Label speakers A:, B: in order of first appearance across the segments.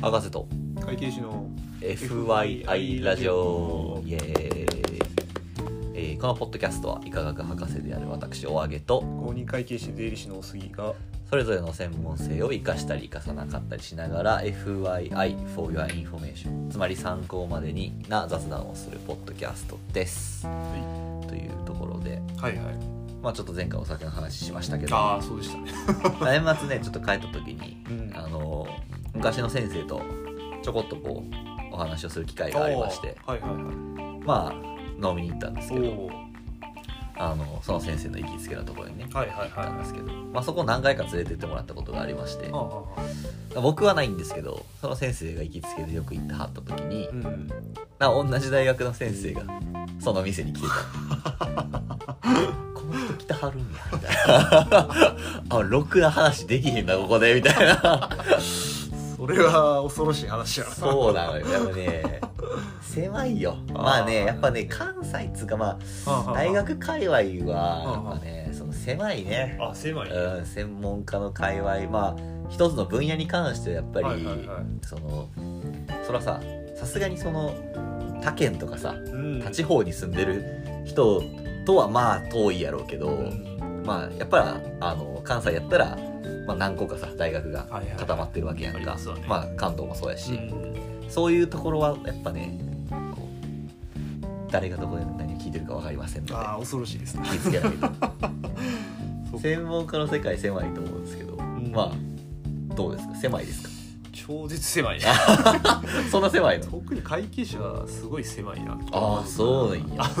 A: 博士と
B: 会計士の
A: FYI ラジオイエーイ、えーこのポッドキャストは医科学博士である私おあげと
B: 公認会計士税理士の杉が
A: それぞれの専門性を生かしたり生かさなかったりしながら FYI for your information つまり参考までにな雑談をするポッドキャストです
B: は
A: というところで
B: いはい
A: まあちょっと前回お酒の話しましたけど
B: ああそうでしたね
A: 年末ねちょっと帰った時に、
B: うん
A: あの昔の先生とちょこっとこうお話をする機会がありまして
B: はいはいはい
A: まあ飲みに行ったんですけど
B: お
A: あのその先生の行きつけのところにね、
B: はいは
A: 行
B: い
A: ったん
B: は
A: ですけど、まあ、そこ何回か連れてってもらったことがありまして
B: いあ
A: 僕はないんですけどその先生が行きつけでよく行ってはった時に、
B: うん
A: なんか同じ大学の先生がその店に来てたこの人来てはるんやみたいな あろくな話できへんなここでみたいな
B: それは恐ろしい話や な
A: そうなのよでもね狭いよまあねやっぱね関西っつうかまあ大学界隈はやっぱねその狭いね、
B: あ狭いね
A: うん、専門家の界隈まあ一つの分野に関してはやっぱり、
B: はいはいはい
A: そのそらささすがにその他県とかさ
B: うん
A: 他地方に住んでる人とはまあ遠いやろうけど、
B: うん
A: まあやっぱりあの関西やったら、まあ、何個かさ大学が
B: はいはい
A: 固まってるわけやんか、
B: ありますわね
A: まあ関東もそうやし、
B: うん
A: そういうところはやっぱねこう誰がどこで何を聞いてるか分かりませんので
B: ああ恐ろしいですね
A: 気付けない
B: そ
A: と
B: う
A: 専門家の世界狭いと思うんですけど、
B: ん
A: まあどうですか狭いですか
B: 超絶狭いね
A: そんな狭いの
B: 特に会計士はすごい狭いな
A: ああそうなんや
B: あ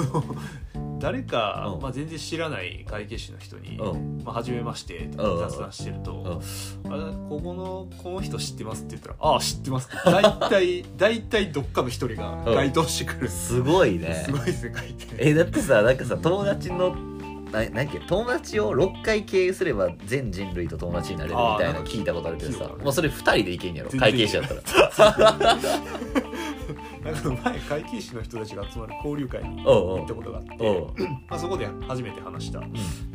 B: の 誰か、
A: うん
B: まあ、全然知らない会計士の人に「
A: うん
B: まあ、初めまして」と
A: うん
B: か雑談してると「あれここのこの人知ってます」って言ったら「ああ知ってます」って大体 大体どっかの一人が該当してくる、す
A: すごいね
B: ごい世界って
A: えだってさなんかさ友達のななんやっけ友達を6回経由すれば全人類と友達になれるみたいなの聞いたことあるけど
B: 聞い
A: さ
B: たことある
A: もうそれ2人でいけんやろ
B: 全
A: 会
B: 然
A: 計士だったら
B: なんか前会計士の人たちが集まる交流会に
A: お うお
B: 行
A: う
B: ったことがあって
A: おう
B: まあ、そこで初めて話した
A: う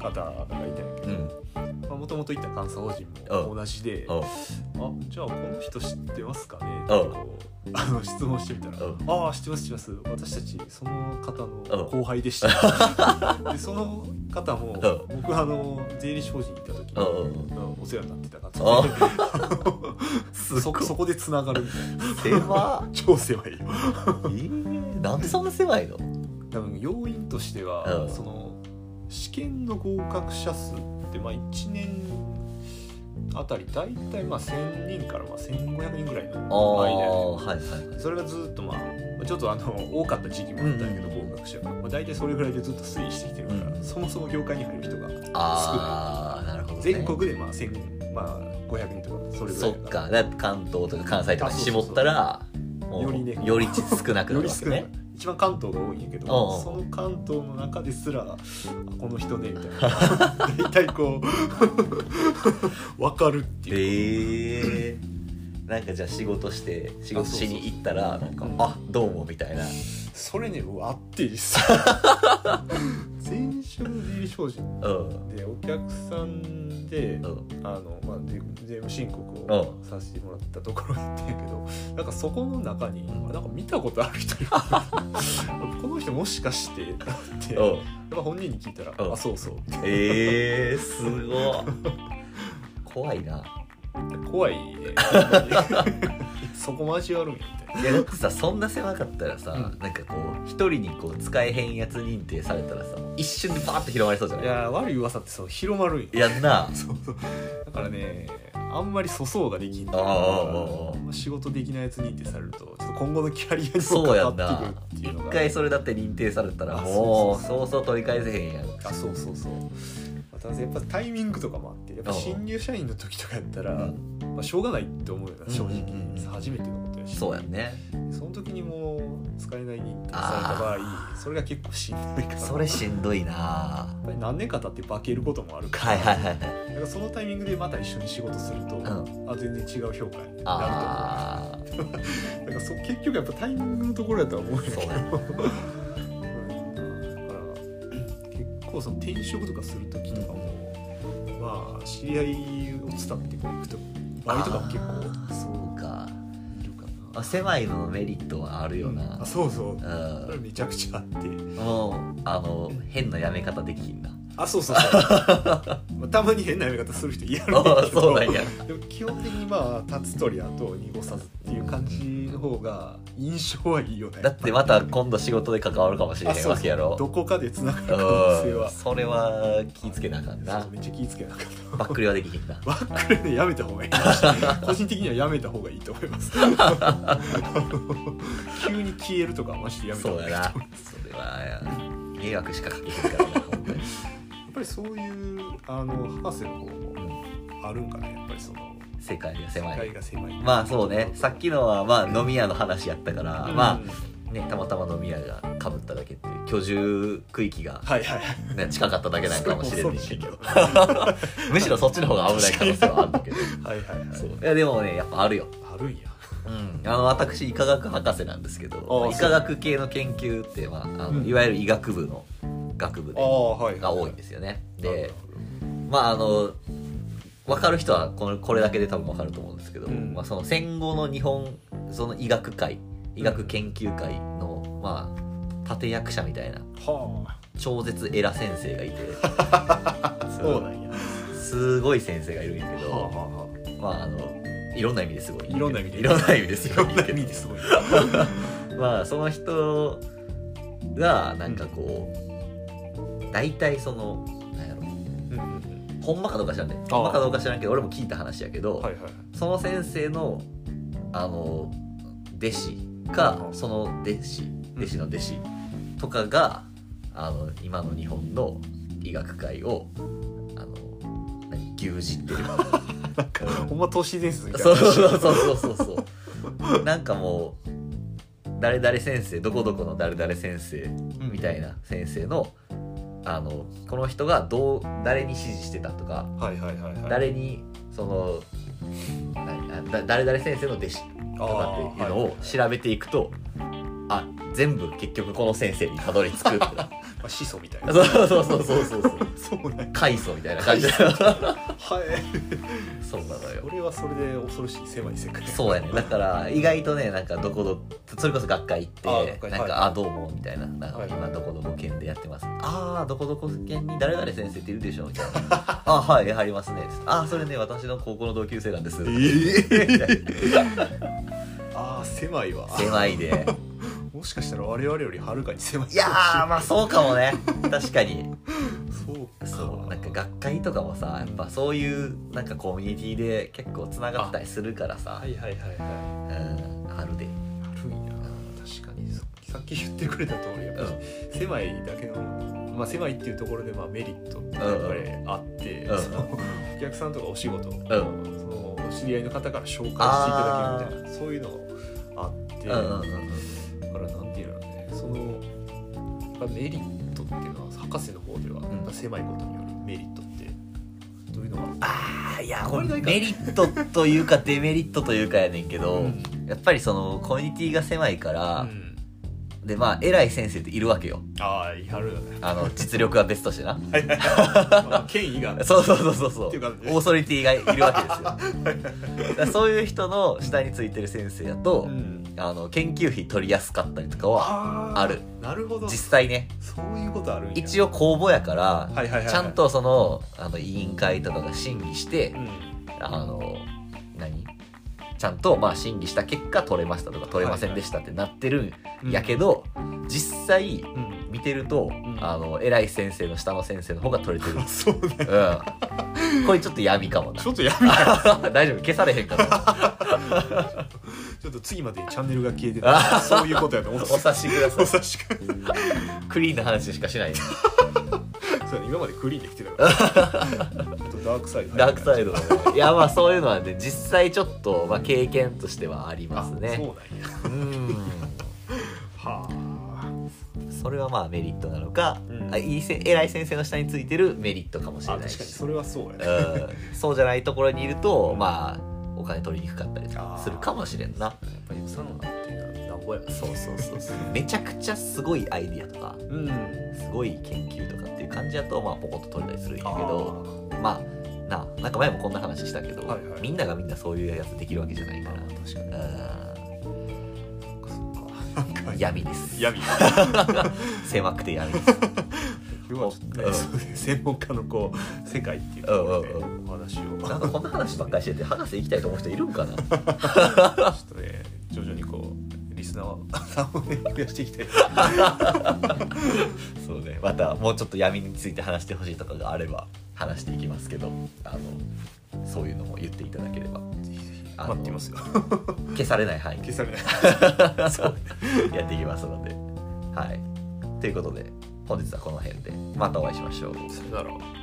B: 方がいたんやけ
A: んうん
B: どもともと行った監査法人も同じで。
A: おう
B: あじゃあこの人知ってますかね
A: うん
B: ってこうあの質問してみたら
A: うん
B: 「ああ知ってます知ってます私たちその方の
A: うん
B: 後輩でした」でその方も
A: う
B: 僕あの税理士法人に行った時
A: おう
B: に
A: おう
B: お世話になってた方
A: おう
B: で
A: すっ
B: そ
A: ごい
B: そこでつながるみたいな
A: 狭
B: 超狭いよ
A: えー、なんでそんな狭いの
B: 多分要因として
A: う
B: は
A: ん
B: その試験の合格者数ってまあ1年あたり大体まあ1,000人からまあ1,500人ぐらい
A: あ
B: の間やね
A: あはいはいはい
B: それがずっとまあちょっとあの多かった時期もあったんやけど
A: うん
B: 合格者が、まあ、大体それぐらいでずっと推移してきてるから、
A: うん
B: そもそも業界に入る人が
A: ああなるほど、ね、
B: 全国でまあ1,000、まあ、500人とかそれぐら
A: そ
B: い
A: っ
B: だ
A: かだって関東とか関西とかに絞ったらもう
B: よりね
A: より少なくな
B: よ
A: るわ
B: り
A: け
B: 少ない
A: ね
B: 一番関東が多いんやけど
A: うんうん
B: その関東の中ですらあこの人ねみたい な大体こう分かるっていう、
A: えー、なんかじゃあ仕事して仕事しに行ったらなんか
B: う
A: 「
B: ん
A: あどうも」みたいな
B: それね僕あっていい っす前職の税理士法人
A: うん
B: でお客さんで、
A: うん
B: あの、まあ、税税務申告を
A: う
B: させてもらったところだったんやけど、なんかそこの中に、
A: うん
B: あれなんか見たことある人いるこの人もしかしてって、
A: う
B: ま
A: ん
B: あ、本人に聞いたら「
A: うん
B: あそうそう
A: えー、すごい怖いな」
B: 怖いねそこ交わるんやみたい
A: いやだってさそんな狭かったらさ、
B: うん
A: なんかこう一人にこう使えへんやつ認定されたらさ一瞬でバーッと広まりそうじゃ
B: な
A: ない
B: いや悪い噂ってそう広まるんや
A: やんな
B: そうそうだからねあんまり粗相ができん
A: ああああ
B: あんま仕事できないやつ認定されるとちょっと今後のキャリアにも
A: そうやん
B: 関わ
A: な
B: ってくるっていう
A: 一
B: のが
A: 回それだって認定されたら
B: あ
A: もう
B: そうそ
A: そう
B: う
A: そう取り返せへんやん
B: あそうそうそうまたやっぱタイミングとかもあってやっぱ新入社員の時とかやったら、
A: うん
B: まあ、しょうがないって思うよな正直、
A: うんうんうん
B: 初めてのことやし
A: そうやんね
B: その時にもう使えない認定された場合それが結構しんどいから
A: それ
B: や
A: しんどいな
B: っぱり何年か経って化けることもあるか
A: は
B: ら,、
A: いはいはいはい
B: だからそのタイミングでまた一緒に仕事すると、
A: ん
B: あ全然違う評価にな
A: ああ
B: ると思うだからそ結局やっぱタイミングのところやとは思うよね
A: そうやな
B: うんだから結構その転職とかする時とかも、まあ知り合いを伝ってこう行くとバイトとかも結構
A: あーそうか
B: いる
A: あ狭いののメリットはあるよな
B: あそうそう
A: う
B: それ
A: ん
B: めちゃくちゃあって
A: もうあの変なやめ方できひんな
B: あそ うそうそう、まあ、たまに変なやり方する人いるんだ
A: あ
B: けど
A: そうなんや
B: でも基本的にまあ立つ鳥やと濁さずっていう感じの方が印象はいいよね
A: だってまた今度仕事で関わるかもしれ
B: あ
A: へん
B: そう
A: わ
B: そう
A: けやろ
B: どこかでつながる可能性
A: う
B: は
A: んそれは気ぃつけなあかん
B: そう
A: な
B: そうめっちゃ気ぃつけなあかった
A: バックリはできひんな
B: バックルでやめた方がいいかもしれない個人的にはやめた方がいいと思います あの急に消えるとかはマジでやめた
A: そ
B: 方
A: う
B: がい
A: やな
B: いや
A: それは迷惑しかかけへんからなほんまに
B: っぱりそういうあの博士の方もあるんかねやっぱりその
A: 世界が
B: 世
A: 狭い
B: 界が狭い
A: まあそうねさっきのはまあ飲み屋の話やったから、
B: うん
A: まあねたまたま飲み屋がかぶっただけっていう居住区域が、
B: はいはい
A: ね、近かっただけなんかもしれないけど
B: は
A: むしろそっちの方が危ない可能性はあるんだけど
B: いはいはい
A: そういやでもねやっぱあるよ、
B: あるんや
A: うん、あの私医科学博士なんですけど
B: ああ
A: 医科学系の研究って、まあ、あの
B: うん
A: いわゆる医学部の学部
B: あ
A: で
B: あはい
A: が多いんですよねでまああの分かる人はこのこれだけで多分分かると思うんですけど、
B: うん
A: まあ、その戦後の日本その医学界医学研究会の、まあ立役者みたいな
B: はあ
A: 超絶偉先生がいて
B: そうなんやは
A: すごい先生がいるんやけ
B: あ
A: ど、
B: はあは
A: まああのいろんな意味ですごい
B: いろんな意味で
A: いろんな意味です
B: あい
A: ご
B: ろ
A: い
B: んな意味ですごいな
A: まあその人がなんかこう大体そのなんやろ
B: うんうん
A: ほんまかどうか知らんね
B: ああ
A: ほんまかどうか知らんけど俺も聞いた話やけど、
B: はいはい
A: その先生のあの弟子か
B: うん
A: その弟子弟子の弟子とかがあの今の日本の医学界をあの何牛耳ってる
B: なんかほんま都市伝説みたいな
A: そうそうそうそうそうそう なんかもう誰々先生どこどこの誰々先生みたいな先生のあのこの人がどう誰に指示してたとか
B: はいはいはいはい
A: 誰にその何あだ誰々先生の弟子とかっていうのを調べていくとあ全部結局この先生にたどり着くって
B: まあ、始祖みたいな。
A: そうそうそうそうそうそう
B: そうね。
A: 階層みたいな感じで
B: はい。
A: そうなのよ
B: それはそれで恐ろしい狭い世界。
A: そうやねだから意外とねなんかどこどそれこそ学会
B: あ
A: 行って
B: 学会
A: なんか「
B: はい
A: あどうも」みたいな「なん
B: は
A: か
B: い
A: 今どこどこ県でやってます」ああどこどこ県に誰々先生っているでしょ」みたいな「 あはい入りますね」ああそれね私の高校の同級生なんです」
B: えああ、狭いわ。
A: 狭いで
B: もしかしたら我々よりはるかに狭い。
A: いやーまあそうかもね確かに
B: そうか。
A: そうなんか学会とかもさやっぱそういうなんかコミュニティで結構つながったりするからさ
B: はいはいはいは
A: うんあるで
B: い。あるんや。確かに。さっき言ってくれた通り、やっぱり狭いだけの。まあ、狭いっていうところでまあメリットってやっぱりあって、
A: うん
B: そのお客さんとかお仕事、そ
A: ん
B: のお知り合いの方から紹介していただけるみたいなそういうのあって、
A: うんうんうんうん
B: だからなんていうのねそのやっぱメリットっていうのは博士の方では、
A: ん
B: 狭いことによるメリットってどういうのが
A: あーいやこれメリットというかデメリットというかやねんけど、
B: うん
A: やっぱりそのコミュニティが狭いか
B: あ
A: ら、でまあ偉い先生っているわけよ
B: あーやるよ ね
A: あ の実力は別としてな
B: まあ権威が
A: そうそうそうそうそ
B: っていううか
A: オーソリティがいるわけ ですよだからそういう人の下についてる先生やと、
B: うん
A: あの研究費取りやすかったりとかは
B: あ
A: ある
B: なるほど
A: 実際ね
B: そういうことあるんや
A: 一応公募やから、
B: はいはいはいはい
A: ちゃんとそのあの委員会とかが審議して
B: う、ん
A: あの何ちゃんとまあ審議した結果取れましたとか取れませんでしたってなってるんやけど、実際
B: うん
A: 見てると、
B: ん
A: あの偉い先生の下の先生の方が取 れてる、
B: あそうね
A: うん、これちょっと闇かもな
B: ちょっとやめよ
A: 大丈夫消されへんから
B: うちょっと次までチャンネルが消えてたそういうことやと思っ
A: お
B: てた
A: 察しくださ
B: お
A: い
B: 察しく
A: クリーンな話しかしない
B: そうね今までクリーンできてたから ちょっとダークサイド
A: ダークサイドのねいやまあそういうのはね実際ちょっと、まあ、経験としてはあります
B: あそう
A: ね
B: なんや
A: うん
B: はあ
A: それはまあメリットなのか、
B: うん
A: あいいせ偉い先生の下についてるメリットかもしれ
B: あ
A: ない
B: 確かに
A: し
B: それはそうやね
A: うんそうじゃないところにいるとまあお金取りにくかったりとかするかもしれんな
B: やっぱりサウナっていうのはなんぼや
A: そうそうそうそうめちゃくちゃすごいアイディアとか
B: うんだ
A: すごい研究とかっていう感じだとまあポコッと取れたりするんや
B: け
A: けど
B: ど
A: まあななんか前もこんな話したけど、
B: はいはい
A: みんながみんなそういうやつできるわけじゃないか
B: まあ
A: ら
B: 確かに
A: うん
B: か
A: 闇です
B: 闇
A: 狭くて闇です
B: 要はちょっとね
A: うん
B: そうね専門家のこう世界っていうところでねお話を
A: なんかこんな話ばっかりしてて博士行きたいと思う人いるんかな
B: ちょっとね徐々にこうリスナーを増やしていきた い
A: そうねまたもうちょっと闇について話してほしいとかがあれば話していきますけどあのそういうのも言っていただければあの
B: 待っ てますよ
A: 消されない範囲
B: 消されな い
A: そうやっていきますのではいということで本日はこの辺でまたお会いしましょう
B: さよなら